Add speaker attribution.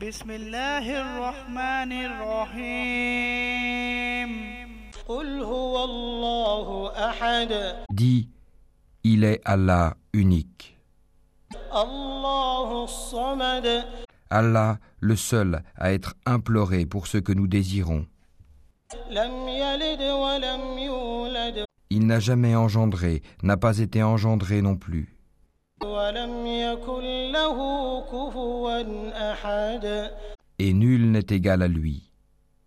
Speaker 1: بسم الله الرحمن الرحيم
Speaker 2: قل هو الله احد
Speaker 3: Dis, il est Allah unique,
Speaker 2: الله الصمد
Speaker 3: Allah le seul à être imploré pour ce que nous désirons.
Speaker 2: لم يلد ولم يولد
Speaker 3: Il n'a jamais engendré, n'a pas été engendré non plus.
Speaker 2: ولم يكن له كفوا احد
Speaker 3: Et nul n'est égal à lui.